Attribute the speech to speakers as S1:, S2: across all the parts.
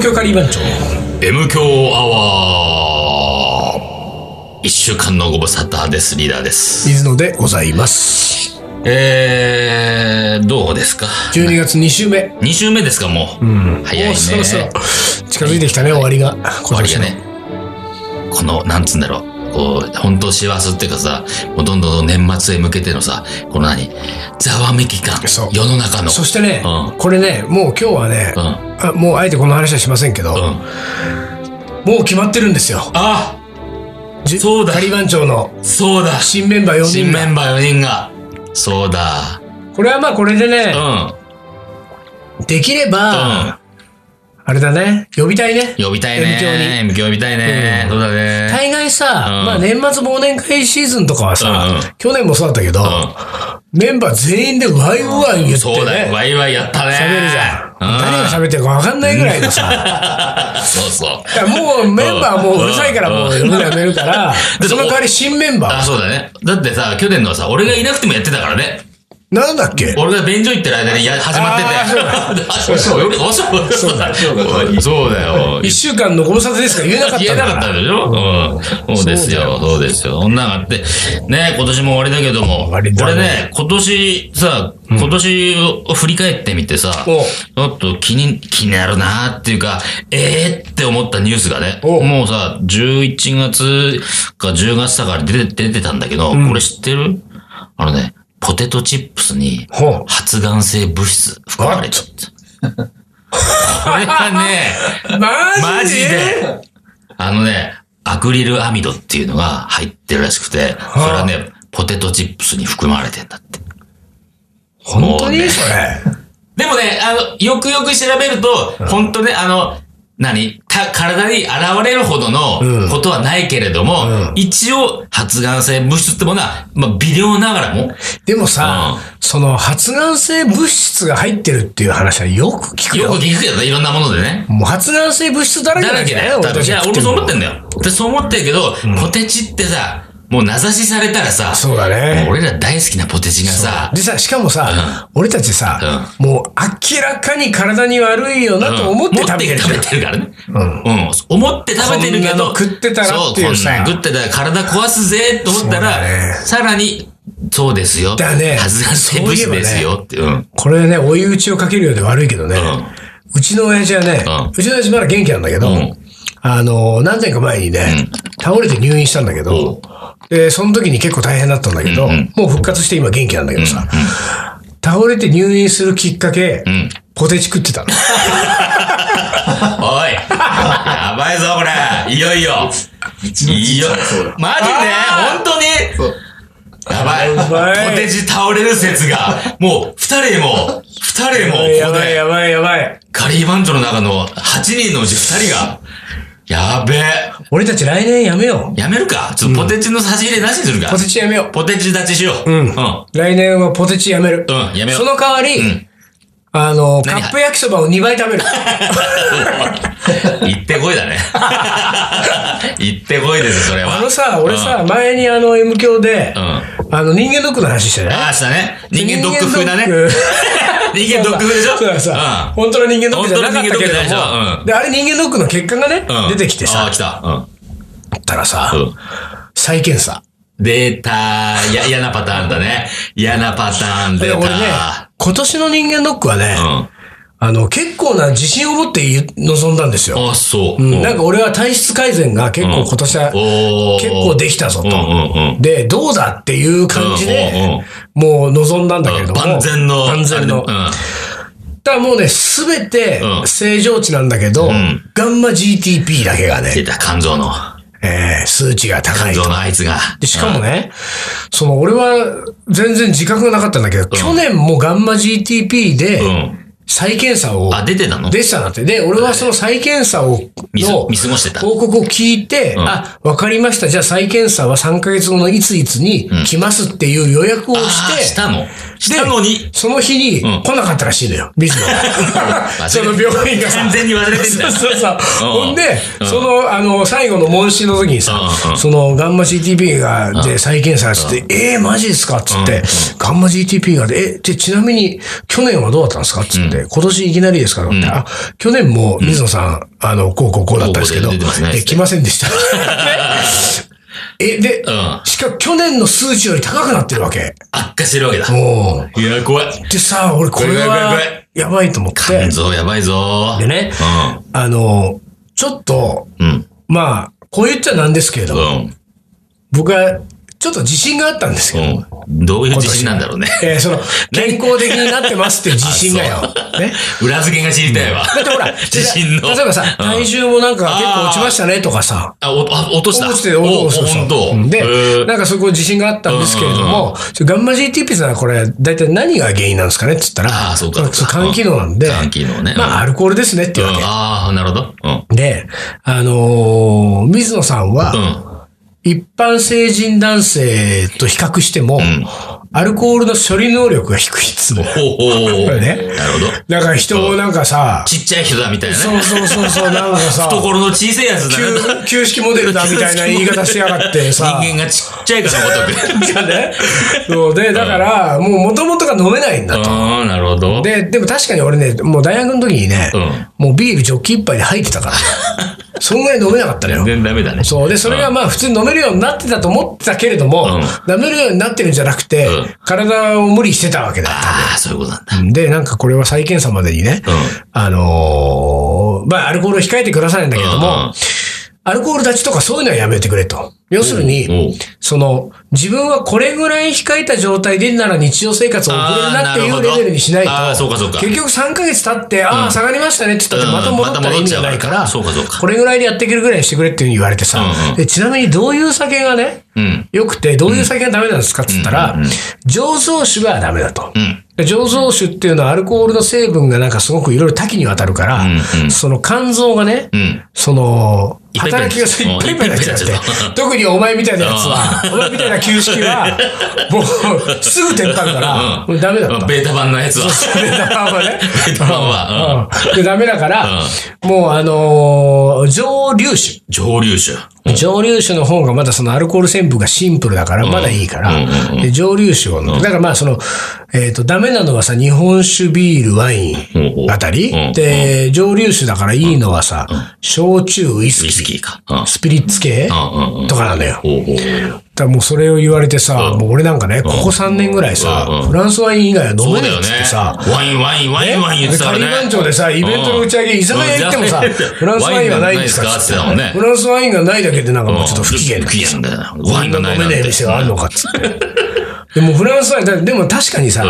S1: 強カリー番長
S2: M 強アワー一週間のご無沙汰です、リーダーです。
S1: 水野でございます
S2: えー、どうですか
S1: 12月2週目、
S2: ?2 週目ですか、もう。早い
S1: もう
S2: ね。
S1: そろそろ近づいてきたね、終わりが今
S2: あれ
S1: 年
S2: が
S1: の
S2: ね、この、なんつうんだろう。こう、本当師走っていうかさ、もうどんどんどん年末へ向けてのさ、この何、ざわめき感
S1: そう。
S2: 世の中の。
S1: そしてね、
S2: うん
S1: これねもう今日はね、
S2: うん。
S1: あもうあえてこの話はしませんけど、
S2: うん。
S1: もう決まってるんですよ
S2: あ
S1: じ
S2: そうだ
S1: 仮番長の
S2: そうだ
S1: 新メンバー4
S2: 新
S1: 人
S2: メ
S1: が
S2: ンバー4人が。そうだ。
S1: これはまあこれで
S2: う
S1: ね、
S2: ん。
S1: できれば、
S2: う
S1: あれだね呼びたいね
S2: ん。呼びたい
S1: M 響
S2: ね。M 響呼びたいね
S1: う。ん
S2: そうだね。
S1: 大概さ、
S2: うん
S1: まあ年末忘年会シーズンとかはさ、
S2: うんうん
S1: 去年もそうだったけど、メンバー全員でワイワイ言って、ね、
S2: そうだよ。ワイワイやったね。
S1: 喋るじゃん。
S2: うん
S1: 誰が喋ってるか分かんないぐらいのさ。
S2: そうそう。
S1: だからもうメンバーもううるさいからもう
S2: うん
S1: みんなやめるから、
S2: で
S1: その代わり新メン
S2: あ、
S1: バ
S2: そうだね。だってさ、去年のはさ、俺がいなくてもやってたからね。
S1: ー。なんだっけ
S2: 俺が便所行ってる間にや始まってて。 あ、そうそう。そうそう。 そうだよ。そうだよ。
S1: 一週間のご無沙汰ですから言えなかった
S2: 言え
S1: んだ
S2: な
S1: か
S2: かっ
S1: ら。
S2: たでしょうん。そうですよ。そうですよ。そんなのがあって。ね今年も終わりだけども。
S1: 終わりだね
S2: 俺ね、今年さ、今年を振り返ってみてさ、ち
S1: お
S2: ょっと気に、気になるなっていうか、えーって思ったニュースがね、
S1: お
S2: もうさ、11月か10月だから出て出てたんだけど、これ知ってるあのね、ポテトチップスに
S1: ほう
S2: 発がん性物質含まれちゃっ た。これはね、
S1: マ
S2: マ
S1: ジ
S2: ジ
S1: で
S2: であのね、アクリルアミドっていうのが入ってるらしくて、それはね、ポテトチップスに含まれてんだって。
S1: 本当
S2: もう
S1: に
S2: ね
S1: それ。
S2: でもね、あの、よくよく調べると、本当ね、あの、何た、体に現れるほど
S1: うん
S2: のことはないけれども、
S1: うん
S2: 一応、発がん性物質ってものは、まあ、微量ながらも、
S1: でもさ
S2: う、
S1: その発がん性物質が入ってるっていう話はよく聞く
S2: よ
S1: よ
S2: く。聞くけどね、いろんなものでね。
S1: もう発がん性物質だらけ
S2: だ
S1: だ
S2: ら
S1: よ
S2: け
S1: ね
S2: だよ。だ
S1: た
S2: い
S1: ち
S2: や
S1: が、食
S2: 俺
S1: って
S2: も
S1: る
S2: そう
S1: の
S2: 思ってんだよ。でそう思ってるけど、ポテチってさ、もう名指しされたらさ、
S1: そうだね
S2: もう俺ら大好きなポテチがさ、
S1: でさ、しかもさ、俺たちさ、もう明らかに体に悪いよなと思って食べてるじゃん
S2: 思って食べてるからね。うん。思って食べてるけ
S1: こんなの
S2: ど。
S1: 食ってたらっていうさ
S2: そこんなん食ってたら体壊すぜと思った
S1: そうだね
S2: ら、さらに、そうですよ。
S1: だね
S2: 恥ずかしい物質ですよって。うん。
S1: これね、追い打ちをかけるようで悪いけどね、うちの親父はね、
S2: うん
S1: うちの親父まだ元気なんだけど、
S2: うん
S1: あの、何年か前にね、倒れて入院したんだけど、で、その時に結構大変だったんだけど、
S2: うんうん
S1: もう復活して今元気なんだけどさ、倒れて入院するきっかけ、
S2: ん
S1: ポテチ食ってたの。
S2: おい やばいぞ、これいよいよ
S3: うちのじ
S2: い
S3: い
S2: よ
S3: ちゃんそうだ。
S2: マジで本当に
S3: そう
S2: やばい。
S1: ばい
S2: ポテチ倒れる説が、もう、二人も、二人も、
S1: や
S2: ここ
S1: ばい
S2: で、
S1: やばいやばい。
S2: カリーバンチョの中の8人のうち二人が、やべえ。
S1: 俺たち来年やめよう。
S2: やめるかちょっとポテチの差し入れなしにするか、
S1: ポテチやめよう。
S2: ポテチ立ちしよう。うんうん。う
S1: 来年はポテチやめる。
S2: ん、やめよ
S1: そ
S2: う。
S1: の代わり、
S2: うん
S1: あの、カ
S2: 何
S1: ップ焼きそばを2倍食べる。
S2: 行ってこいだね。 行ってこいです、それは。
S1: あのさ、俺さ、前にあの、M 教で、
S2: うん。あ
S1: あの、人間ドックの話してね。
S2: あ、したね。人間ドック風だね。 人間ドック風でし ょ
S1: そうだそうだ本当の人間ドックじゃなかったけれ
S2: 本当の人間ドックじゃな
S1: ど
S2: いでしょう
S1: も。
S2: ん
S1: で、あれ人間ドックの結果がね
S2: うん。う、ん
S1: 出てきて
S2: ああ、
S1: さ、
S2: 来た。う
S1: ったらさ
S2: ん。う、ん。
S1: 再検査。
S2: 出たー。や、嫌なパターンだね。嫌なパターン出
S1: で、
S2: たー。
S1: 俺ね、今年の人間ドックはね、あの、結構な自信を持って臨んだんです
S2: う
S1: よ。
S2: ん。あ、そう。
S1: うんなんか俺は体質改善が結構今年は
S2: おー
S1: 結構できたぞと
S2: うんうんうん。
S1: で、どうだっていう感じで、もう望んだんだけれども。
S2: 万全の。
S1: 万全の。
S2: あれでうん。
S1: だからもうね、すべて
S2: うん
S1: 正常値なんだけど、
S2: ん
S1: ガンマ GTP だけが
S2: 出
S1: ね、
S2: た、肝臓の。
S1: えー数値が高
S2: 肝
S1: い
S2: 臓
S1: と。
S2: のあいつが。
S1: でしかもね、その俺は全然自覚がなかったんだけど、去年もガンマ GTP で
S2: うん。
S1: 再検査を
S2: あ、出てたの
S1: 出したなって。で、俺はその再検査を
S2: 見す
S1: の
S2: 見過ごしてた
S1: 報告を聞いて、
S2: ん
S1: あ、わかりました。じゃあ再検査は3ヶ月後のいついつに来ますっていう予約を
S2: あー
S1: して、
S2: したの。したのに。
S1: その日に
S2: うん
S1: 来なかったらしいのよ、水野 が。その病院がさ
S2: 完全に忘れてんだ
S1: そう
S2: よ。
S1: そうそう。
S2: うん
S1: ほんで、
S2: うん
S1: その、あの、最後の問診の時にさ
S2: うんう、ん
S1: その、ガンマ GTP が、で、再検査っつって、えー、マジですかっつって、ガンマ GTP がで、え、で、ちなみに、去年はどうだったんですかっつって、って、今年いきなりですからって、
S2: うん
S1: あ、去年も水野さん、あの、こうこうこうだったんですけど、
S2: こうこうこう出てますね
S1: できませんで した。え、で
S2: う、ん。
S1: しかも去年の数値より高くなってるわけ。
S2: 悪化してるわけだ。
S1: もう。
S2: いや、怖い。
S1: でさ、俺これ
S2: これこれこ
S1: は
S2: れ、
S1: やばいと思って
S2: 肝、臓やばいぞ。
S1: でねあの、ちょっと、
S2: うん。うん。
S1: まあ、こう言っちゃなんですけれど
S2: う
S1: も、
S2: ん。
S1: 僕は、ちょっと自信があったんですけど、
S2: うん。どういう自信なんだろうね。
S1: えーその、健康的になってますっていう自信がよ。 ね。
S2: 裏付けが知りたいわ。
S1: だってほら、
S2: 自信の。
S1: 例えばさ、
S2: うん
S1: 体重もなんか結構落ちましたねとかさ、
S2: あ、おあ落とした。
S1: 落ちて、お
S2: お
S1: おそうそう
S2: 本当
S1: うん
S2: へ
S1: で、
S2: ー
S1: なんかそこ自信があったんですけれど
S2: うん
S1: も、ちょガンマ GTP さんはこれ、大体何が原因なんですかねって言ったら、
S2: あーそうかそうか
S1: その肝機能なんで、
S2: 肝機能ねうん
S1: まあ、アルコールですねっていうわ
S2: うん
S1: け。
S2: ああ、なるほど。うん。
S1: で、あのー水野さんは、一般成人男性と比較しても、
S2: ん
S1: アルコールの処理能力が低いっつうの。
S2: うん。ほうほう。
S1: これね
S2: なるほど。
S1: だから人もなんかさ、
S2: ちっちゃい人だみたいな
S1: そう
S2: ね。
S1: そうそうそう、なんかさ、
S2: 懐の小さいやつだ
S1: 旧
S2: な。
S1: 旧式モデルだみたいな言い方しやがってさ。
S2: 人間がちっちゃいかのご とく。
S1: がね。そうで、だから、もう元々が飲めないんだ。
S2: ああ、なるほど。
S1: で、でも確かに俺ね、もう大学の時にね
S2: うん、
S1: もうビールジョッキ一杯で入ってたから。そんぐらい飲めなかったの
S2: 全
S1: よ。
S2: 然ダメだね。
S1: そう。で、それがまあ普通に飲めるようになってたと思ってたけれども
S2: うん、
S1: 飲めるようになってるんじゃなくて
S2: うん、
S1: 体を無理してたわけだ。
S2: ああ、そういうことなんだ。
S1: で、なんかこれは再検査までにね、
S2: う
S1: あのーまあ、アルコールを控えてくださいんだけれども、
S2: うんうん
S1: アルコール立ちとかそういうのはやめてくれと。要する
S2: ん。おう
S1: に、その、自分はこれぐらい控えた状態でなら日常生活を送れるなってい
S2: あーな
S1: う
S2: るほど
S1: レベルにしないと、
S2: あーそうかそうか
S1: 結局3ヶ月経って、ああ、下がりましたねって言ったって、また戻ったら意味がないから、
S2: また戻っちゃうからそうかそうか
S1: これぐらいでやっていけるぐらいにしてくれっていうふうに言われてさ、
S2: うんうん
S1: でちなみにどういう酒がね、
S2: うん。
S1: よくて、どういう酒がダメなんですかって言ったら、醸造酒がダメだと。
S2: うん。
S1: で醸造酒っていうのはアルコールの成分がなんかすごくいろいろ多岐にわたるから、
S2: うんうん
S1: その肝臓がね、
S2: うん。
S1: その、
S2: いっぱいいっぱい
S1: 働きがいっぱいいっぱいになっちゃっ
S2: い
S1: て
S2: っぱいいっぱいになっちゃっ、
S1: 特にお前みたいなやつは、お前みたいな旧式 は、もうすぐ撤廃だから、もうダメだった。
S2: ベータ版のやつは。
S1: ベタ版はね。
S2: ベータ版は。
S1: うんで、ダメだから、もうあのー蒸留酒。
S2: うん。蒸留酒。
S1: 蒸留酒の方がまだそのアルコール成分がシンプルだから、まだいいから
S2: うんうんうん、
S1: で蒸留酒を飲む。だからまあその、えっと、ダメなのはさ、日本酒、ビール、ワインあたり
S2: うんうん。
S1: で、蒸留酒だからいいのはさ、焼酎、ウイス
S2: ウイ
S1: キ
S2: ス
S1: ー、
S2: キーか。うん。
S1: スピリッツ系
S2: うんうんうん。
S1: とかなのよ。
S2: おうおう
S1: だからもうそれを言われてさ、もう俺なんかね、ここ3年ぐらいさ
S2: うんうん、
S1: フランスワイン以外は飲
S2: そ
S1: め
S2: う
S1: な
S2: だ
S1: い
S2: よ
S1: っ
S2: ね
S1: つってさ、。
S2: ワイン、ワイン、ワイン、ワイン言っ
S1: 俺
S2: てたか
S1: カ
S2: ら
S1: リ
S2: ね。
S1: バン町でさ、イベントの打ち上げ、居酒屋行ってもさ、
S2: うん
S1: フランスワインはないんですか
S2: ワインがないんですか
S1: っつって
S2: って言ってたもんね
S1: フランスワインがないだけでなんかもうちょっと不機嫌
S2: 不機嫌だよ。
S1: ワ
S2: ワ
S1: イ
S2: イ
S1: ン
S2: ン
S1: が
S2: が
S1: 飲
S2: ない
S1: め
S2: なん
S1: ね
S2: て
S1: え店があるのかっつって。でもフランスワイン、だでも確かにさ、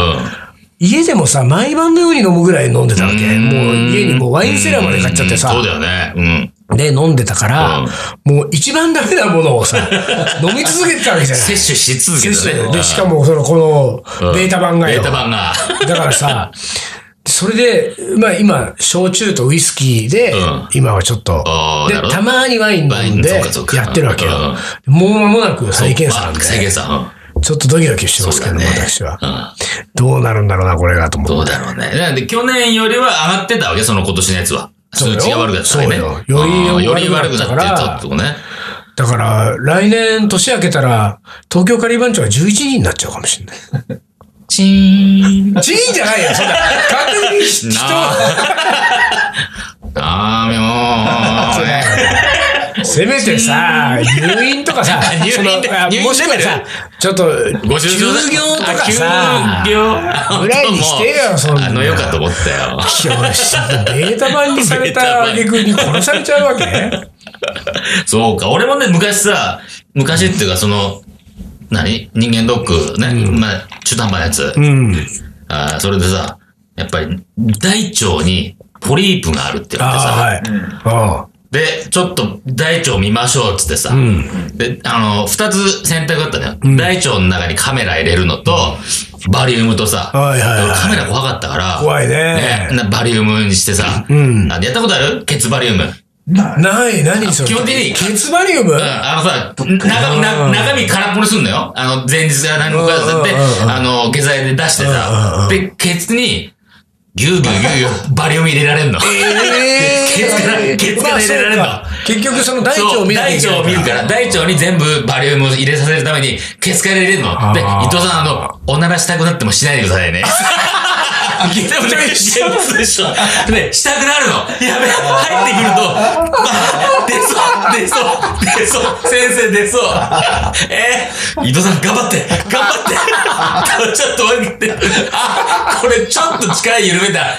S1: 家でもさ、毎晩のように飲むぐらい飲んでたわけ。
S2: うん
S1: もう家にもうワインセラーまで買っちゃってさ
S2: うん、そうだよね。うん。
S1: で飲んでたから、もう一番ダメなものを さ、飲み続けてたわけじゃない。
S2: 摂取し続け
S1: そう
S2: て
S1: そう
S2: ね。
S1: で、しかも、その、こ
S2: う
S1: の、
S2: ん
S1: ベータ版が
S2: ベ
S1: よ。
S2: ータ版が。
S1: だからさ、それで、まあ今、焼酎とウイスキーで
S2: うん、
S1: 今はちょっと
S2: あ、ー
S1: で
S2: なるほど
S1: たまにワイン
S2: ワ
S1: 飲
S2: イ
S1: ん
S2: ンそ
S1: で
S2: うかそう、か
S1: やってるわけよ。もう間もなく再検査なん
S2: あ再
S1: で、
S2: 検査。うん
S1: ちょっとドキドキしてますけど、
S2: そうだね
S1: 私は
S2: う。ん
S1: どうなるんだろうな、これがと思って。
S2: どうだろうね。なんで、去年よりは上がってたわけ、その今年のやつは。
S1: そう
S2: 数
S1: よ
S2: 値が悪くなったりね。
S1: そうよより
S2: うんよ
S1: 悪
S2: り
S1: くな
S2: 悪
S1: っ
S2: く
S1: た
S2: な
S1: か
S2: っ
S1: ら
S2: てたってことね。
S1: だから、来年年明けたら、東京カリバン町は11人になっちゃうかもしれない。
S2: チーン。
S1: 11人じゃないよ、そんな。確認し人
S2: あ ー、もうね。、
S1: せめてさ、入院とかさ
S2: 入院
S1: そのあ
S2: 入院
S1: もしくは
S2: レ
S1: さ
S2: ベル、
S1: ちょっと、
S2: ご
S1: 休
S2: 愁傷だ
S1: 業とか
S2: あ
S1: さ、
S2: 休 業
S1: ぐらいにしてよそんな
S2: あの世かと思ったよ。
S1: いや俺ちょっとベータ版にされた挙句に殺されちゃうわけ
S2: そうか。俺もね、昔さ、昔っていうか、その、何人間ドックね。まあ、中途半端なやつ。
S1: うん。
S2: あーそれでさ、やっぱり、大腸にポリープがあるって言ってさ、
S1: ああ、は
S2: で、ちょっと大腸見ましょうっつってさ、
S1: い。うん。
S2: で、あの、二つ選択だったのよ。大腸の中にカメラ入れるのと、バリウムとさ、
S1: はいはいはい
S2: 俺カメラ怖かったから、
S1: 怖いね
S2: なバリウムにしてさ、
S1: ん
S2: あやったことあるケツバリウム。うん、
S1: ない、何それ。
S2: 基本的に
S1: ケツバリウム
S2: あのさ、中身、な中身空っぽにすんのよ。あの、前日が何もかだって
S1: うんうんうんう、ん
S2: あの、下剤で出して
S1: うんうんう
S2: さ、
S1: ん
S2: で、ケツに、ぎゅうぎゅうぎゅうぎゅうバリウム入れられんの。
S1: え
S2: ケツからケツから入れられんの
S1: まあそうか結局その大腸を見なきゃいけ
S2: そう大腸を見るから、大腸に全部バリウムを入れさせるために、ケツから入れるの。で
S1: あ、ー
S2: 伊藤さん、あの、おならしたくなってもしないでくださいね。ゲッチョゲッでしょ。で、したくなるの。やべ、入ってくると、まあ、出そう、出そう、出そう、先生出そう。えー、井戸さん頑張って、頑張って。 ちょっと待って。あ、これちょっと力緩めた。出ちゃい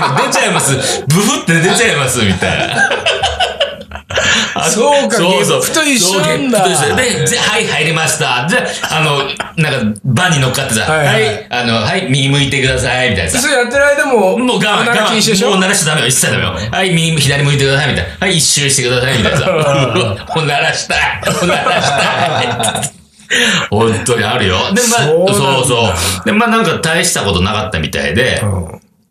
S2: ます、出ちゃいます。ブフって出ちゃいます、みたいな。あ
S1: そうかゲップと一緒なんだ
S2: そうゲップと一緒で、じゃあはい、入りました。じゃあ、あの、なんか、バンに乗っかってさ、
S1: は
S2: はいい、
S1: はい
S2: あの、はい、右向いてください、みたいなさ
S1: そ。れやってる間も、
S2: もう我慢、
S1: おなら
S2: 我
S1: 禁止でし
S2: 慢。
S1: ょ
S2: もう鳴らしちゃダメよ。一切ダメよ。はい、右、左向いてください、みたいな。はい、一周してください、みた いなさ。おならしたい。おならしたい。本当にあるよ。で、まあ、
S1: そうなんだ
S2: そうそう。で、まあなんか大したことなかったみたいで、
S1: うん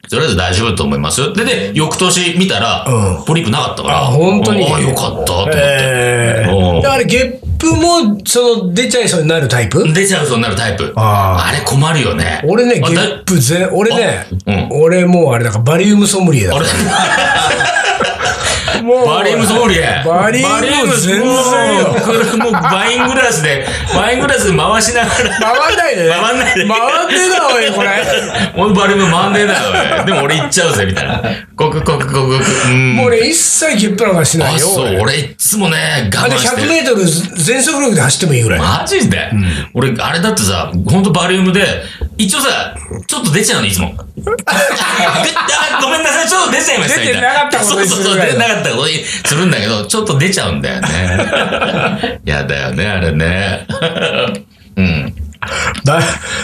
S2: とりあえず大丈夫だと思いますよ。で、で、翌年見たら、
S1: うん
S2: ポリープなかったから、
S1: あ本当に
S2: ああ、よかった、と思って。
S1: え
S2: う
S1: ー、
S2: ん
S1: だからゲップも、その、出ちゃいそうになるタイプ
S2: 出ちゃうそうになるタイプ。
S1: あ
S2: あれ困るよね。
S1: 俺ね、ゲ
S2: あだ
S1: ップ全、俺ね、
S2: うん
S1: 俺もうあれだから、バリウムソムリエだか
S2: あれ
S1: ら。もう
S2: バリウムソムリエ。
S1: バリウム全然よ
S2: もうこれもうワイングラスで、ワイングラスで回しながら。
S1: 回んないでね。
S2: 回んないで
S1: 回ってたおい、これ。
S2: 俺バリウム回んねえな、俺。でも俺行っちゃうぜ、みたいな。コクコクコクコク。うん。
S1: もう俺一切ゲップなんかしない
S2: あ、
S1: よ。
S2: そう。
S1: 俺
S2: 俺いっつもね、
S1: あ
S2: 我
S1: で
S2: 慢して
S1: 100
S2: る。
S1: メートル全速力で走ってもいいぐらい。
S2: マジで、俺、あれだってさ、ほんとバリウムで、一応さ、ちょっと出ちゃうの、い つも。あごめんなさい、ちょっと出ちゃいました。
S1: 出てなかったことにす
S2: そ
S1: るぐ
S2: うそうそう、
S1: らい
S2: 出
S1: だ
S2: てなかったことにするんだけど、ちょっと出ちゃうんだ よね。やだよね、あれね。うん。
S1: だ
S2: ん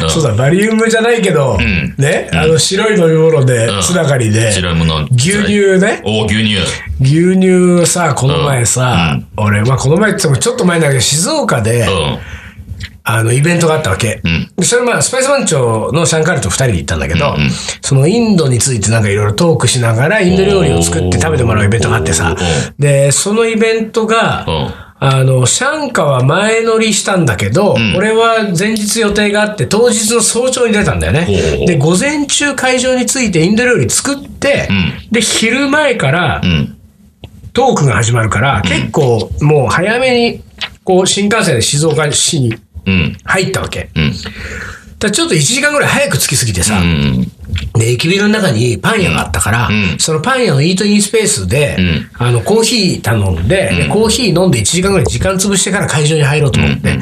S1: そうだ、バリウムじゃないけど、
S2: ん
S1: ね、あの白い飲み物で
S2: う、ん
S1: つながりで、
S2: 白いもの。
S1: 牛乳ね、
S2: お牛乳。
S1: 牛乳さ、この前さ、俺、まあこの前って言ってもちょっと前だけど、静岡で、
S2: うん。
S1: あの、イベントがあったわけ。
S2: うん
S1: でそれまあ、スパイス番長のシャンカールと二人で行ったんだけど、
S2: うんうん
S1: そのインドについてなんかいろいろトークしながら、インド料理を作って食べてもらうイベントがあってさ
S2: おー、
S1: で、そのイベントが、
S2: うん
S1: あの、シャンカは前乗りしたんだけど、
S2: ん
S1: 俺は前日予定があって、当日の早朝に出たんだよね
S2: ほうほうほ。う
S1: で、午前中会場に着いてインド料理作って、
S2: う
S1: で、昼前から
S2: うん。
S1: トークが始まるから、結構もう早めに、こう、新幹線で静岡市に
S2: うん。
S1: 入ったわけ。
S2: うん。
S1: だからちょっと1時間ぐらい早く着きすぎてさ、
S2: うん。
S1: で、駅ビルの中にパン屋があったから、
S2: うん
S1: そのパン屋のイートインスペースで、
S2: うん
S1: あの、コーヒー頼んで、でコーヒー飲んで1時間ぐらい時間潰してから会場に入ろうと思って、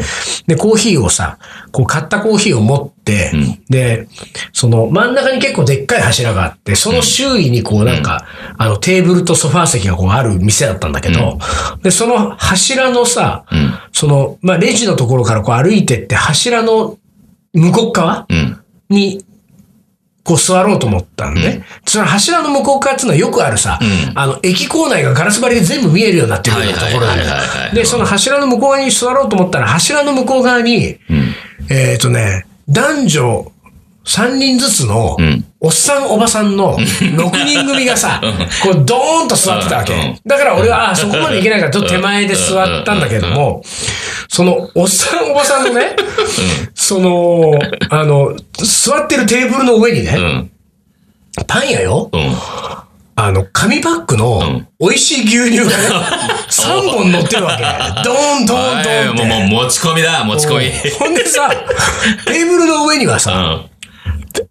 S1: で、コーヒーをさ、こう買ったコーヒーを持って、で、その真ん中に結構でっかい柱があって、その周囲にこうなんか、あの、テーブルとソファー席がこうある店だったんだけど、で、その柱のさ、
S2: うん
S1: その、まあ、レジのところからこう歩いてって、柱の向こう側
S2: うん。
S1: に、こう座ろうと思ったんで、その柱の向こう側っていうのはよくあるさ、
S2: う
S1: あの、駅構内がガラス張りで全部見えるようになってるようなところな
S2: はい
S1: ん
S2: はいはいはいは
S1: だ
S2: い
S1: で、その柱の向こう側に座ろうと思ったら、柱の向こう側に、
S2: うん。
S1: えっ、とね、男女3人ずつの、
S2: うん
S1: おっさんおばさんの6人組がさ、こうドーンと座ってたわけ
S2: うん。
S1: だから俺は、あそこまでいけないから、ちょっと手前で座ったんだけども、そのおっさんおばさんのね、その、あの、座ってるテーブルの上に
S2: う
S1: ね、
S2: ん。
S1: パン屋よ、
S2: うん。
S1: あの、紙パックの
S2: ん
S1: 美味しい牛乳がね、3本乗ってるわけ。ドーン、ドーン、ドーンって。
S2: もう、もう持ち込みだ、持ち込み。
S1: ほんでさ、テーブルの上にはさ、
S2: う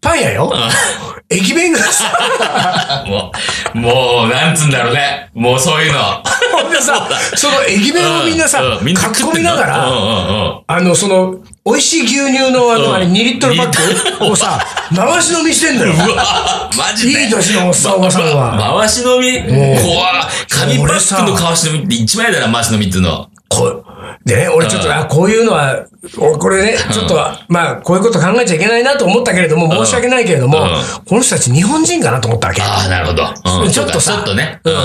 S1: パン屋よ、駅弁がさ、
S2: ん。もう、もう、なんつうんだろうね。もうそういうの。
S1: ほんでさ、その駅弁をみんなさ、
S2: う
S1: 囲みながら、
S2: うんうんうん。
S1: あの、その、美味しい牛乳の、あ
S2: う
S1: の、
S2: ん
S1: あれ、2リットルパックをさ、回し飲みしてんだよ。
S2: うわマジで。
S1: いい年のおっさんおばさんは。
S2: 回し飲み
S1: う
S2: 怖っ紙パ
S1: 俺さ
S2: ックの回し飲みって一枚だな、回し飲みっていうのは。
S1: こうでね、俺ちょっと、あ、こういうのは、おこれね、ちょっと、まあ、こういうこと考えちゃいけないなと思ったけれども、申し訳ないけれども
S2: うん、
S1: この人たち日本人かなと思ったわけ。
S2: ああ、なるほど。うん
S1: ちょっと
S2: そう
S1: さ、
S2: かちょっとね。う。
S1: うんん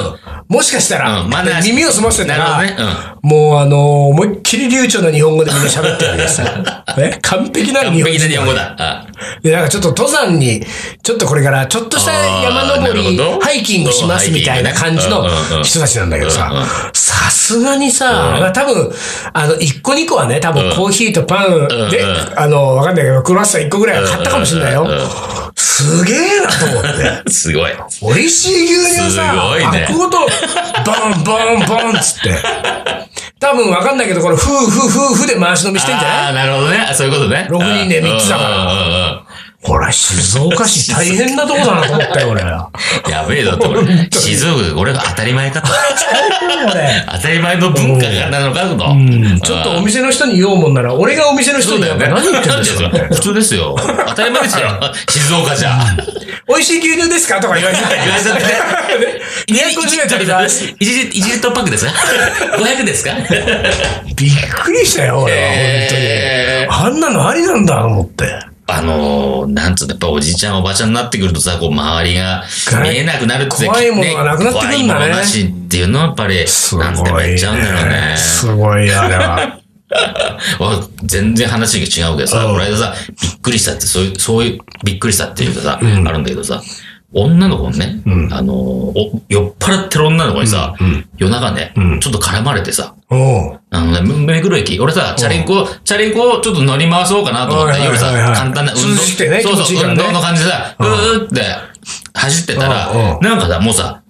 S1: もしかしたら
S2: うんマナ、ー
S1: 耳を澄ませてたら
S2: なるほどね、
S1: もうあの、思いっきり流暢な日本語でみんな喋ってるわけです よ。ね完璧な
S2: 完
S1: 日本
S2: 璧
S1: 人
S2: な日本語だ。あ
S1: で、なんかちょっと登山に、ちょっとこれから、ちょっとした山登り
S2: あーなるほ、ど
S1: ハイキングしますみたいな感じ
S2: うんうんう
S1: の
S2: ん
S1: 人たちなんだけど
S2: うんう
S1: さ、さすがにさ、まあ多分、あの、1個2個はね、多分コーヒーとパン
S2: ん
S1: で、
S2: う
S1: あの、わかんないけど、クロワッサン1個ぐらいは買ったかもしれないよ
S2: うんうんうんうん。
S1: すげえなと思って。
S2: あすごい。
S1: 美味しい牛乳さ、
S2: すごいね
S1: あここと、ボンボンボンっつって。多分わかんないけど、これ、ふうふうふうふうで回し飲みしてんじゃない
S2: ああー、なるほどね。そういうことね。
S1: 六人で三つだから
S2: うんうんうんうん。
S1: これ、静岡市大変なとこだなと思ったよ、俺。
S2: やべえだって俺、静岡、俺が当たり前か と。当たり前の文化がなのかと。
S1: うん、ちょっとお店の人に言おうもんなら、俺がお店の人
S2: そう
S1: に
S2: だ
S1: 言
S2: よ
S1: うか
S2: ね。
S1: ら何言ってんですか
S2: 普通ですよ。当たり前で すよ。静岡じゃ。
S1: 美味しい牛乳ですかとか言われて。
S2: 言われちゃってね。
S1: 250円取り出す。
S2: 1リットルパックですか ?500 ですか
S1: びっくりしたよ、俺
S2: えー
S1: は。本当に。あんなのありなんだ、と思って。
S2: あのー、なんつうの、やっぱおじいちゃんおばあちゃんになってくるとさ、こう周りが見えなくなるって
S1: 怖いものがなくなってくるんだね
S2: 怖いものなしっていうのはやっぱり、なんて言っちゃうんだろうね。
S1: すごい、あれは。
S2: わ全然話が違うけどさ、この間さ、びっくりしたって、そういう、そういう、びっくりしたっていうかさ、あるんだけどさ、女の子にね、あのーお、酔っ払ってる女の子にさ、夜中ね、ちょっと絡まれてさ、
S1: おう
S2: あのね、目黒駅、俺さ、チャリンコ、チャリンコをちょっと乗り回そうかなと思っ
S1: はい
S2: た
S1: はい
S2: 夜さ
S1: はいは、い
S2: 簡単な運動。
S1: 涼しくてね
S2: そう
S1: 気持ち
S2: そ、
S1: いいうから
S2: 運
S1: ね
S2: 動の感じでさ、うーって走ってた
S1: うん
S2: ら
S1: う、ん
S2: なんかさ、もうさ、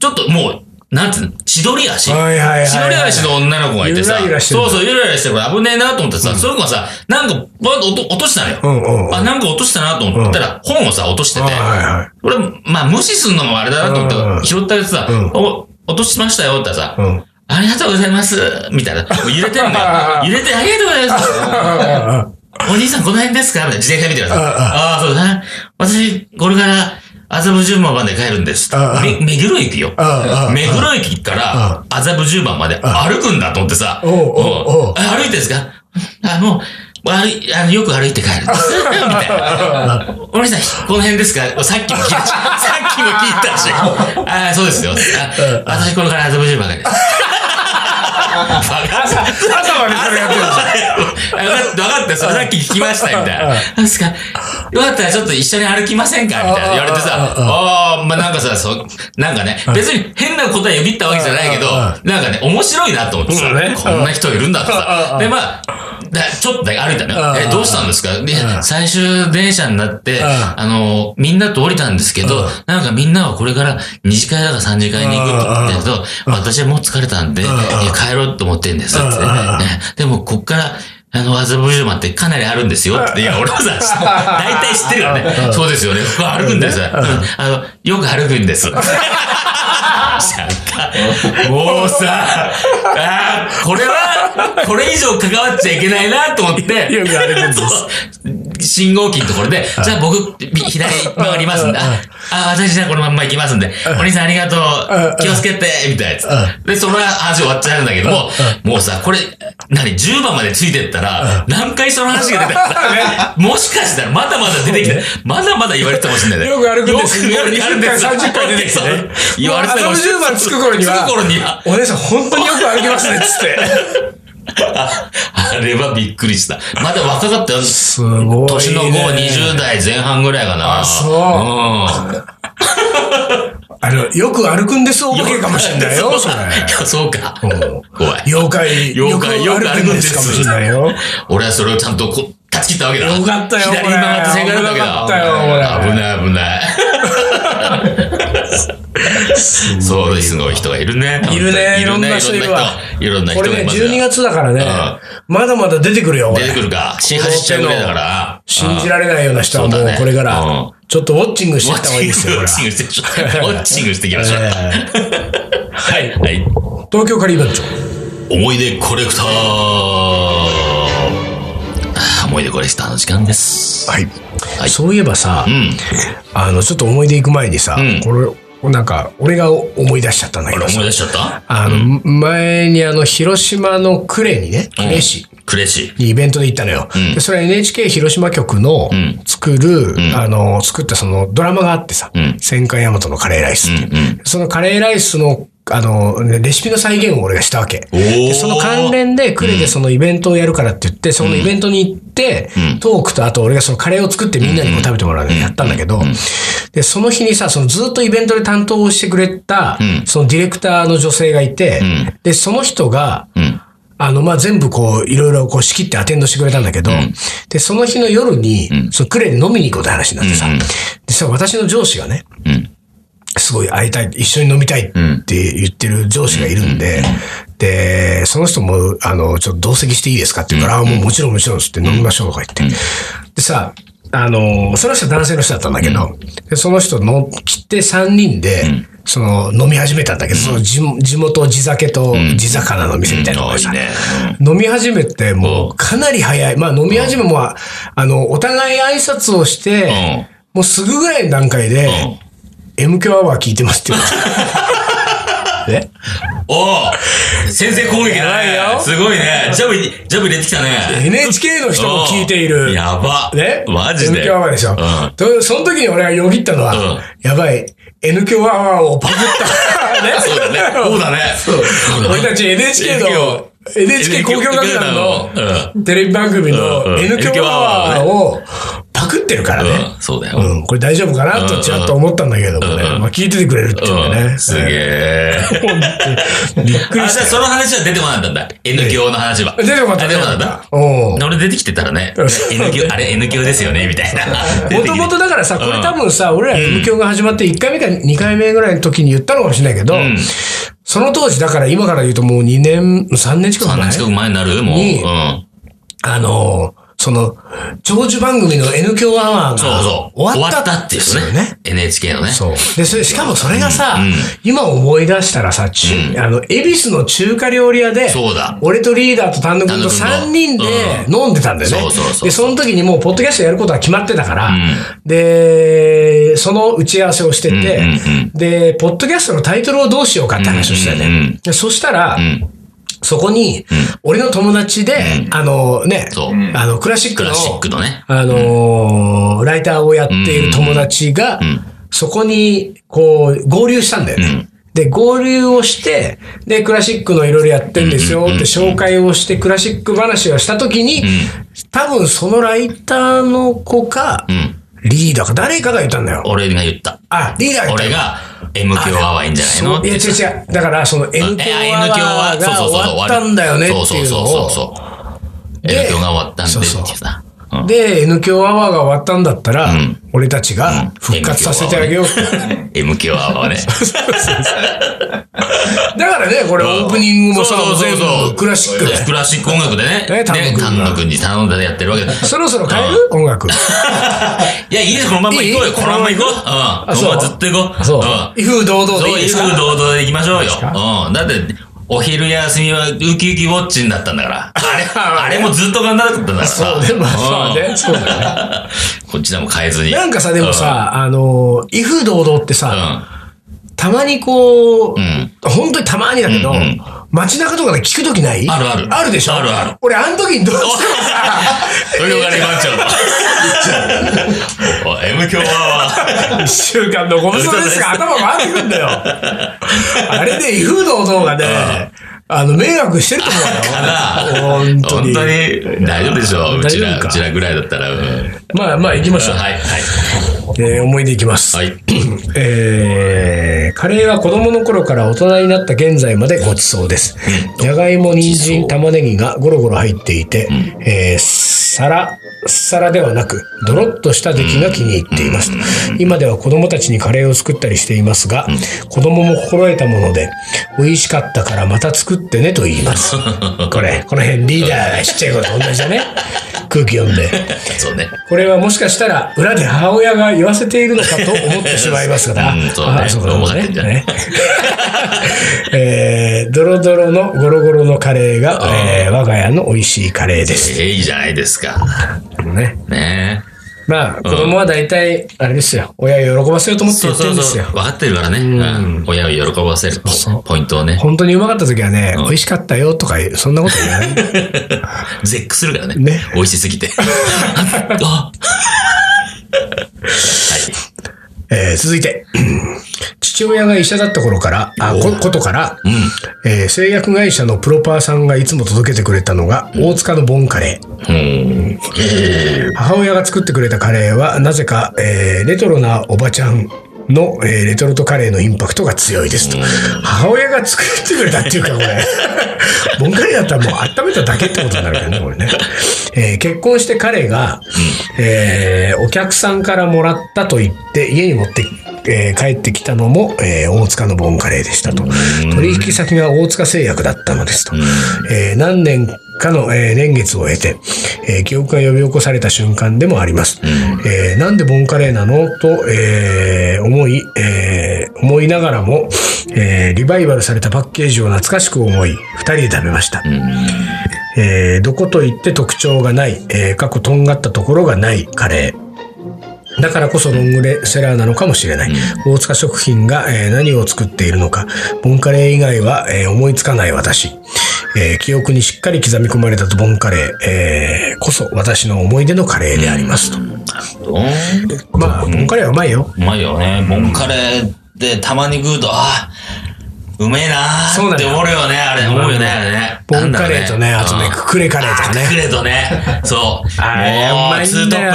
S2: ちょっともう、なんつうの、千鳥足
S1: はいはいはいはい
S2: 千鳥足の女の子がいてさ、
S1: ゆらゆらしてる
S2: そうそう、ゆらゆらしてるから危ねえなと思ってさ、その子がさ、なんか、バーッと落と落としたのよ。
S1: うんうんうん
S2: あ、なんか落としたなと思ったら、本をさ、落としてて
S1: はい、は
S2: 俺、まあ、無視すんのもあれだなと思った
S1: うん
S2: か
S1: う
S2: ら、
S1: ん
S2: 拾ったやつさ、
S1: うん
S2: お落としましたよって言ったらさ、
S1: い。うん。
S2: ありがとうございますみたいな。もう揺れてるんだ よ。揺れて、ありがとうございます
S1: あ
S2: お兄さんこの辺ですかみたいな。自転車見てるさ。
S1: ああ
S2: ああ、そうだな。私、これから、麻布十番まで帰るんです
S1: ああ。
S2: め、目黒駅よ。
S1: ああ
S2: 目黒駅から、麻布十番まで歩くんだと思ってさ。
S1: おうおうおう
S2: あ歩いてですかあ、もう、あいあの、よく歩いて 帰るんです。みたいな。お兄さん、この辺ですかさっきも聞 いたし。さっきも聞いたし。ああ、そうですよ。あ私、これから麻布十番まで。バ
S1: 朝までそれやってるんですよ
S2: カ分かって、分かって、それさっき聞きました、みたいな。なんですか、よかったらちょっと一緒に歩きませんかみたいな言われてさ、ああ、まあなんかさ、そう、なんかね、別に変な答えよぎったわけじゃないけど、
S1: うんうん
S2: なんかね、面白いなと思ってさ、
S1: そうだね
S2: こんな人いるんだって
S1: うん
S2: さ
S1: う。ん
S2: で、まあ、だちょっとだけ歩いたの
S1: う
S2: よ。
S1: ん
S2: え、どうしたんですかで
S1: う、ん
S2: 最終電車になって、
S1: うん
S2: あの、みんなと降りたんですけ
S1: う
S2: ど
S1: ん、
S2: なんかみんなはこれから2次会だか3次会に行くって言ってると、私はもう疲れたんで、い
S1: んうん
S2: や帰ろうと思ってんです。つって
S1: うんうんうん
S2: ねでも、こっから、あの、麻布十番ってかなりあるんですよって。いや、俺 はさ、大体知ってるよね。そうですよね。ここ歩くんですよ。うんあの、よく歩く んです。もうさ、あーこれは、これ以上関わっちゃいけないなと思って。
S1: よく歩くんです
S2: そう信号機のところで、じゃあ僕、び左曲がりますんで、あ、あ私じゃあこのまんま行きますんで、お兄さんありがとう、気をつけて、みたいなやつ。で、その話終わっちゃうんだけども、もうさ、これ、何、10番までついてったら、何回その話が出たか、もしかしたらまだまだ出てきて、まだまだ言われてたかもしれないね。
S1: よく歩くんです
S2: よく歩くんです。
S1: よく歩くんです30回出てきてね
S2: そう言われてたかもしれな い。
S1: もう麻布十番着く頃 には
S2: 着く頃には。
S1: お姉さん、本当によく歩きますね、つって。
S2: ああれはびっくりした。まだ若かったよ。
S1: すごい、ね。
S2: 年の後20代前半ぐらいかな。
S1: あそう
S2: うん。
S1: あの、よく歩くんですお化けかもしれ ないよ、それ。
S2: そうか。
S1: うん
S2: 怖い。
S1: 妖怪、
S2: 妖怪
S1: よく歩くんですかもしれないよ。
S2: 俺はそれをちゃんとこう、断ち切ったわけだ。
S1: よかったよ
S2: 左に曲がって正解だったわけだ。
S1: これ
S2: 危ない危ない。そうですごい人がいるね。
S1: いるね
S2: いるね。いろんな人
S1: いろんな。
S2: いろんな
S1: こ
S2: 人
S1: れ
S2: が
S1: ね、
S2: います
S1: 12
S2: よ。
S1: 月だからね
S2: ん、
S1: まだまだ出てくるよ、
S2: 出て
S1: 俺。
S2: くるか。新走っちゃうぐらいだから。
S1: 信じられないような人は
S2: そ
S1: も
S2: う
S1: う
S2: だね
S1: これから
S2: うん、
S1: ちょっとウォッチングし
S2: ウ
S1: て
S2: ォ
S1: いっ
S2: ッ
S1: た
S2: チ
S1: 方がいい
S2: ン
S1: です
S2: グ、
S1: よ、
S2: ウォ
S1: ほ
S2: ッ
S1: ら
S2: チングしていきましょう。ウォッチングしていきましょう。
S1: はい。
S2: はい。
S1: 東京カリー番長。
S2: 思い出コレクターあー思い出コレクターの時間です。
S1: はい。そういえばさ
S2: う、ん。
S1: あの、ちょっと思い出行く前にさ
S2: うん、
S1: これ、なんか、俺が思い出しちゃったんだ
S2: あ
S1: け
S2: れ
S1: どさ
S2: 思い出しちゃった
S1: あの、前にあの、広島の呉にね、呉市。
S2: クレシ。
S1: にイベントで行ったのよ。
S2: ん
S1: でそれは NHK 広島局の
S2: ん
S1: 作る、あの、作ったそのドラマがあってさ、
S2: ん
S1: 戦艦ヤマトのカレーライスっていう、
S2: うん
S1: そのカレーライスの、あの、ねレシピの再現を俺がしたわけ。
S2: おー
S1: でその関連で、クレでそのイベントをやるからって言って、そのイベントに行って、トークと、あと俺がそのカレーを作ってみんなにも食べてもらうのをやったんだけど、で、その日にさ、そのずっとイベントで担当をしてくれた、
S2: うん
S1: そのディレクターの女性がいて、
S2: ん
S1: で、その人が、
S2: うん。
S1: あの、まあ、全部こう、いろいろこう仕切ってアテンドしてくれたんだけど、で、その日の夜に、そのクレに飲みに行こうって話になってさ、
S2: うんうん
S1: でさ、私の上司がね、
S2: うん。
S1: すごい会いたい、一緒に飲みたいって言ってる上司がいるんで、で、その人も、あの、ちょっと同席していいですかって言うから、あもうもちろんもちろんっつって飲みましょうとか言って。でさ、あの、その人男性の人だったんだけど、でその人の来て3人で、その飲み始めたんだけど、その地地元地酒と地魚の店みたいなのがさ、
S2: うんいいね
S1: 飲み始めても
S2: うん
S1: うかなり早い。まあ飲み始めも、あの、お互い挨拶をして、もうすぐぐらいの段階で、M 響アワー聞いてますって言われ た。ね
S2: おう先制攻撃
S1: やば
S2: だ
S1: い
S2: ね。
S1: よ
S2: すごいね。ジャブ、ジャブ入れてきたね。
S1: NHK の人も聞いている
S2: おうやば。
S1: ね
S2: マジ
S1: N
S2: で。
S1: 響アワーでしょ。
S2: うん
S1: とその時に俺がよぎったのは、
S2: うん
S1: やばい、N 響アワーをパクった。 ね、
S2: そうだね。そうだね。そうだね
S1: 俺たち NHK の、NHK 公共楽団
S2: う
S1: のテレビ番組
S2: うんう
S1: の
S2: ん
S1: N 響アワーをパクってるからね
S2: うん。そうだよ。
S1: うん、これ大丈夫かなとちらっと思ったんだけどもね。
S2: うんうん
S1: まあ聞いててくれるっていうの
S2: う
S1: ね。
S2: ん すげえ。
S1: え。 びっく
S2: あ、
S1: り
S2: じ
S1: した
S2: ゃあ
S1: よ。
S2: その話は出てこなかったんだ。N 響の話は。
S1: 出てこなかった
S2: あ出てこなかった。
S1: うん。
S2: 俺出てきてたらね、
S1: うん
S2: N 響、あれ N 響ですよねみたいな。
S1: もともとだからさ、これ多分さ、俺ら M 響が始まって1回目か2回目ぐらいの時に言ったのかもしれないけど、
S2: ん
S1: その当時、だから今から言うともう2年、3年近く
S2: あんな
S1: 前
S2: 近く前になるもう。
S1: に
S2: うん。
S1: あの、その、長寿番組の N 響アワー
S2: そうそ
S1: が
S2: う。終
S1: 終わ
S2: わ
S1: っ
S2: ったたっていうね。。NHK のね。
S1: そう。で、それ、しかもそれがさ、
S2: うんうん
S1: 今思い出したらさ、ちゅあの、恵比寿の中華料理屋で、
S2: そうだ
S1: 俺とリーダーと丹野君と
S2: 丹野
S1: 3
S2: 君
S1: 人
S2: と
S1: で飲んでたんだよね。
S2: そうそうそう
S1: で、その時にもう、ポッドキャストやることは決まってたから、
S2: ん
S1: で、その打ち合わせをしてて、
S2: うんうんうん
S1: で、ポッドキャストのタイトルをどうしようかって話をしたよね。
S2: うんうんうん
S1: でそしたら、
S2: ん
S1: そこに、俺の友達で、あのね
S2: そう、
S1: あの、クラシック
S2: ク
S1: の、
S2: ラシックのね。
S1: あのーライターをやっている友達が、そこに、こう、合流したんだよね。で、合流をして、で、クラシックのいろいろやってんですよって紹介をして、クラシック話をしたときに、多分そのライターの子か、リーダーか、誰かが言ったんだよ。
S2: 俺が言った。
S1: あ、リーダーが言った
S2: 俺が M 響アワーいいんじゃない
S1: そ
S2: の
S1: ういや、違う違う。だから、その N 響
S2: え
S1: ア
S2: N 響
S1: ワーが終わったんだよね
S2: そう
S1: って
S2: そう
S1: いう
S2: そ
S1: の
S2: うそう
S1: を。
S2: そう。
S1: で
S2: N 響が終わったんで
S1: そう
S2: って
S1: そう
S2: さ。うん
S1: で、N 響アワーが終わったんだったら、俺たちが復活させてあげよ う。
S2: M 響ア ワーね。
S1: だからね、これオープニングもさ、全部クラシックで。
S2: クラシック音楽でね。
S1: ね
S2: ね、
S1: 丹野君が
S2: 丹野君に頼んだでやってるわけだ。
S1: そろそろ変える音楽。
S2: いや、いいですこのまんま行こう
S1: いい
S2: よ。このまんま行こう。うん。このままずっと行こう。。
S1: そうん威風堂々で
S2: そう
S1: いい
S2: い
S1: で
S2: う
S1: すか
S2: 堂々で行きましょうよ。
S1: すか
S2: うん。だって、お昼休みはウキウキウォッチンだったんだから。あれ、あれもずっと頑張ったんだから
S1: そ
S2: さ。
S1: うね、まあまあ
S2: う
S1: ね、
S2: ん
S1: そうだね。
S2: こっちでも変えずに。
S1: なんかさ、でもさ、あの、威風堂々って
S2: うん、う
S1: さ、
S2: ん。
S1: たまにこう、
S2: ん
S1: 本当にたまにだけど、
S2: うんうん
S1: 街中とかで聞くときない
S2: あるある
S1: あるでしょ
S2: あるある。
S1: 俺、あの時にどうしても
S2: そう いうお金待っちゃうの。お M 響は、
S1: 一週間のご無沙汰ですが、頭回ってくん だよ。あれで、威風堂々がね、あの、迷惑してると思うよ。
S2: 本
S1: 本当に。
S2: 当に、大丈夫でしょう。う
S1: 大丈
S2: ちら、
S1: 夫か
S2: うちらぐらいだったら。うん
S1: まあまあ、行きましょう。
S2: はい、はい。
S1: えー思い出いきます。
S2: はい。
S1: えーカレーは子供の頃から大人になった現在までごちそうです。じゃがいも、人参、玉ねぎがゴロゴロ入っていて、えー、皿、皿ではなく、ドロッとした出来が気に入っています。今では子供たちにカレーを作ったりしていますが、子供も心得たもので、美味しかったからまた作ってねと言います。これ、この辺リーダーがちっちゃい頃と同じだね。空気読んで。
S2: そうね。、
S1: これはもしかしたら裏で母親が言わせているのかと思ってしまいますが
S2: うんそうね
S1: あだ
S2: 思ってんじゃん
S1: ね えードロドロのゴロゴロのカレーが、えー我が家の美味しいカレーです。
S2: ええ、いいじゃないですか。
S1: ね、
S2: ねえ。
S1: まあ、子供は大体、あれですよ、親を喜ばせようと思って
S2: そ
S1: 言
S2: う
S1: って
S2: そ
S1: る
S2: うん
S1: です
S2: そう。
S1: よ。
S2: 分かってるからね。うん親を喜ばせるポイントをね。
S1: 本当にうまかった時はね、美味しかったよとか、そんなこと言わない。
S2: 絶句するからね。
S1: ね
S2: 美味しす ぎて。あ
S1: えー続いて、 父親が医者だった頃から、あ、こことから、えー製薬会社のプロパーさんがいつも届けてくれたのが、大塚のボンカレー。
S2: うん。
S1: 母親が作ってくれたカレーは、なぜか、えーレトロなおばちゃんの、えーレトルトカレーのインパクトが強いですと。母親が作ってくれたっていうか、これ。ボンカレーだったらもう温めただけってことになるからね、これね。えー結婚して彼が、えーお客さんからもらったと言って、家に持って、えー帰ってきたのも、えー大塚のボンカレーでしたと。取引先が大塚製薬だったのですと。えー何年かの、えー年月を経て、えー記憶が呼び起こされた瞬間でもあります。えーなんでボンカレーなのと、えー思い、えー思いながらも、えーリバイバルされたパッケージを懐かしく思い、二人で食べました。えーどこといって特徴がない、えー過去とんがったところがないカレー。だからこそロングレセラーなのかもしれない。大塚食品が、えー何を作っているのか、ボンカレー以外は、えー思いつかない私。えー記憶にしっかり刻み込まれたボンカレー、えーこそ私の思い出のカレーでありますと。
S2: どーん
S1: まあ、ボンカレーはうまいよ。
S2: うまいよね。ボンカレーでたまに食うと、あうめえな
S1: そう
S2: ー
S1: なんだ
S2: って
S1: よ
S2: 思うよね、あれ。思うよね、あれね。
S1: ボンカレーとね、
S2: なん
S1: あ
S2: だ
S1: と
S2: ろう
S1: ね、ククレカレーとか
S2: ク
S1: ね。
S2: レーとね。そう。
S1: あれう
S2: も
S1: まい
S2: ツー
S1: ん
S2: ト
S1: だ
S2: ッ
S1: よ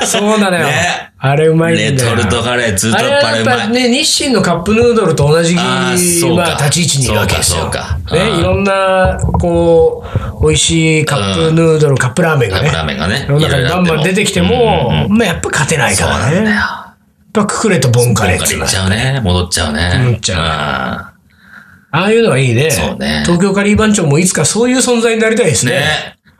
S2: プ。。
S1: そうなのよ
S2: ね。
S1: あれうまいんだよ。
S2: レトルトカレー、ツート
S1: あ
S2: ッ
S1: れ
S2: プ、あ
S1: は
S2: れ
S1: や
S2: う
S1: っ
S2: ま
S1: ぱ
S2: い。
S1: ね、日清のカップヌードルと同じ、まあ、
S2: あー
S1: 立
S2: そうか
S1: ち位置にいるわけです
S2: そう
S1: よ
S2: かそう。かあ
S1: ね、
S2: ー
S1: いろんな、こう、美味しいカップヌードル、カップラーメンがね、
S2: カップラーメンがね
S1: 世の中にバンバン出てきて
S2: いろいろあって
S1: も、
S2: も
S1: まあやっぱ勝てないから
S2: そうな
S1: ね。
S2: んだよ
S1: やっぱククレとボンカ
S2: ボン
S1: レー
S2: カ
S1: って
S2: レ
S1: いう
S2: ー
S1: の
S2: 行
S1: は
S2: っちゃうね。戻っちゃうね。
S1: 戻っちゃうね
S2: あー
S1: ああいうのはいいね。
S2: そうね
S1: 東京カリー番長もいつかそういう存在になりたいですね。
S2: ね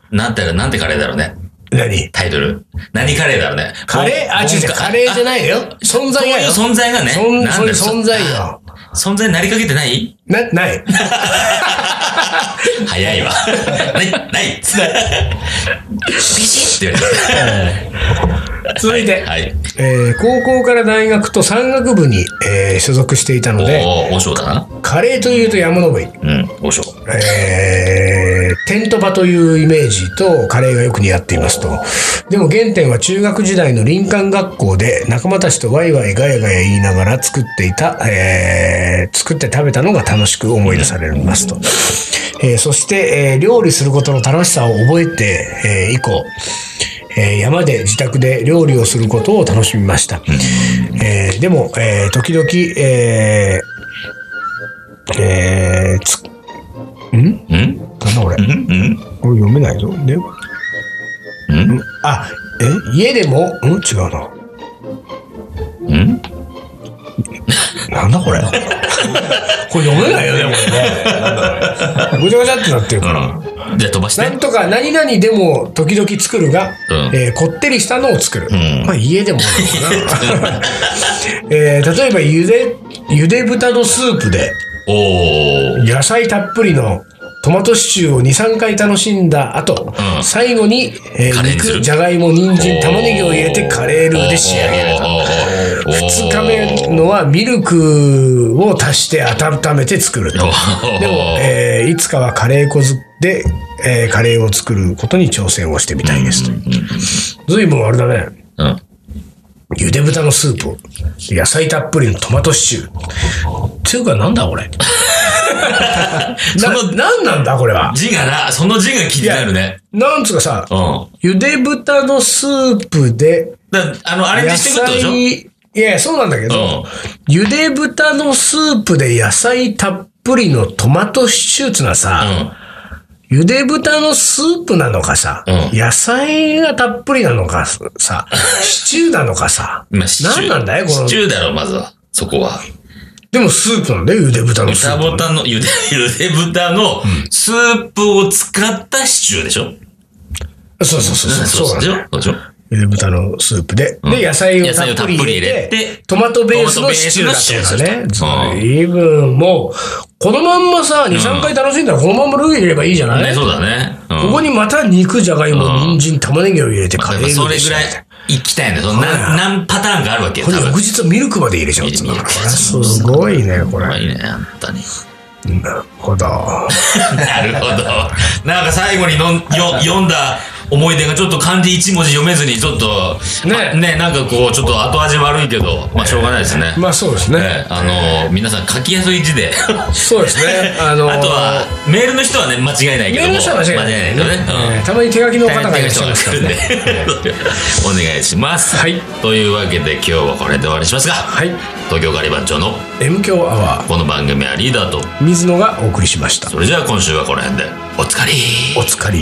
S2: なんて、なんてカレーだろうね。
S1: 何
S2: タイトル。何カレーだろうね。
S1: カレーあ、
S2: ボン
S1: 違う違う、カレーじゃ
S2: い。
S1: ないよ。存
S2: そう
S1: 在が
S2: い
S1: よ。
S2: う存在がね。
S1: そん
S2: なん
S1: そういう
S2: だそ
S1: 存在よ。
S2: 存在になりかけてない
S1: な、 ない。
S2: 早いわ。ない、ないっつって。ビシッって言われ
S1: 続いて
S2: て。。 はい。
S1: えー高校から大学と山岳部に、えー所属していたので、
S2: おー、おしょうだな。
S1: カレーというと山登り、
S2: うん、おしょう。
S1: えーテント場というイメージとカレーがよく似合っていますと。でも原点は中学時代の林間学校で仲間たちとワイワイガヤガヤ言いながら作っていた、えー作って食べたのが楽しく思い出されますと。えーそして、えー料理することの楽しさを覚えて、えー以降、えー山で自宅で料理をすることを楽しみました。えーでも、えー時々、えーえーつ
S2: うん
S1: なんだこれ
S2: う。んうん
S1: 俺読めないぞ。で、
S2: うん
S1: あ、え家でも、うん違うな。
S2: うん
S1: なんだこれ。 これ読めないよね、これね。ぐちゃぐちゃってなってるから。
S2: うん。じゃあ飛ばして
S1: な。んとか何々でも時々作るが、
S2: うん
S1: えーこってりしたのを作る。
S2: ん
S1: まあ家でもなのか な。えー例えばゆで、ゆで豚のスープで
S2: おー。
S1: 野菜たっぷりのトマトシチューを2、3回楽しんだ後、
S2: うん
S1: 最後に、えー
S2: カレーにする
S1: 肉、じゃがいも、人参、玉ねぎを入れてカレールーで仕上げると。
S2: と
S1: 2日目のはミルクを足して温めて作ると。でも、えーいつかはカレー粉で、えーカレーを作ることに挑戦をしてみたいですと。随分あれだね。
S2: うん。
S1: ゆで豚のスープ、野菜たっぷりのトマトシチュー。っていうかなんだこ れ。
S2: そ
S1: な、
S2: の
S1: なんなんだこれは。
S2: 字がな、その字が気になるね。
S1: なんつうかさ、
S2: うん。
S1: ゆで豚のスープで、
S2: だあの、アレンジしてくってことでし
S1: いやいや、そうなんだけど、
S2: ょ
S1: ゆで豚のスープで野菜たっぷりのトマトシチューってのは
S2: う
S1: さ、
S2: ん。うん。
S1: ゆで豚のスープなのかさ、
S2: うん
S1: 野菜がたっぷりなのか さ、シチューなのかさ、
S2: まあシチュー
S1: 何なんだいこ
S2: シ
S1: の
S2: チ、ューだろ、まずは。そこは。
S1: でもスープなんだよ、ゆで豚のスー
S2: 豚
S1: プは。
S2: 豚の、ゆで、 ゆで豚のスープを使ったシチューでしょ
S1: そうそうそうそう。そう
S2: でし
S1: な
S2: ょ
S1: んだよ
S2: そうでしょ
S1: ゆで豚のスープで。で、野菜を
S2: 野
S1: た
S2: 菜を
S1: った
S2: っ
S1: ぷ
S2: ぷり
S1: り入
S2: 入
S1: れ
S2: れ
S1: て
S2: て、
S1: トマトベースのシチューだったん
S2: トマ
S1: だ
S2: トベースのシチューだったん
S1: ね。
S2: だ
S1: 随分、もう、このまんまさ、2、3回楽しんだら、このまんまルー入れればいいじゃない
S2: ね、そうだね。うん
S1: ここにまた肉、じゃがいも、
S2: うん
S1: 人参、玉ねぎを入れてカ
S2: や
S1: レー
S2: っ
S1: ル
S2: ぱそ
S1: ー
S2: れ
S1: に
S2: ぐ
S1: し
S2: らい
S1: て。
S2: 行きたいね。その
S1: はい
S2: 何、何パターンがあるわけよ、
S1: こ
S2: 多
S1: れ
S2: 分
S1: 翌。日はミルクまで入れちゃうっていうの
S2: ミル
S1: こ
S2: ク
S1: れすごいね、これ。
S2: まあいいね、本当に。
S1: なるほど。
S2: なるほど。なんか最後にのんよ読んだ思い出がちょっと漢字一文字読めずにちょっと、
S1: ね
S2: ね、ね、なんかこう、ちょっと後味悪いけど、まあしょうがないですね。
S1: まあそうですね。
S2: ね、あの皆さん書きやすい 字で。
S1: そうですね。あのー
S2: あとは、メールの人はね、間違いない
S1: メ
S2: け
S1: ー
S2: ども。
S1: ルの人は間違いない
S2: 間違いないけどね。うん
S1: えーたまに手書きの方がいらっしゃい
S2: 人
S1: ま
S2: が
S1: すから
S2: 来るんで
S1: ね。
S2: お願いします。
S1: はい
S2: というわけで今日はこれで終わりにしますが、
S1: はい。
S2: 東京ガリバン長の
S1: M 強アワ
S2: この番組はリーダーと、
S1: ー、水野がお送りしました。
S2: それじゃあ今週はこの辺で、おつかり
S1: お疲れ。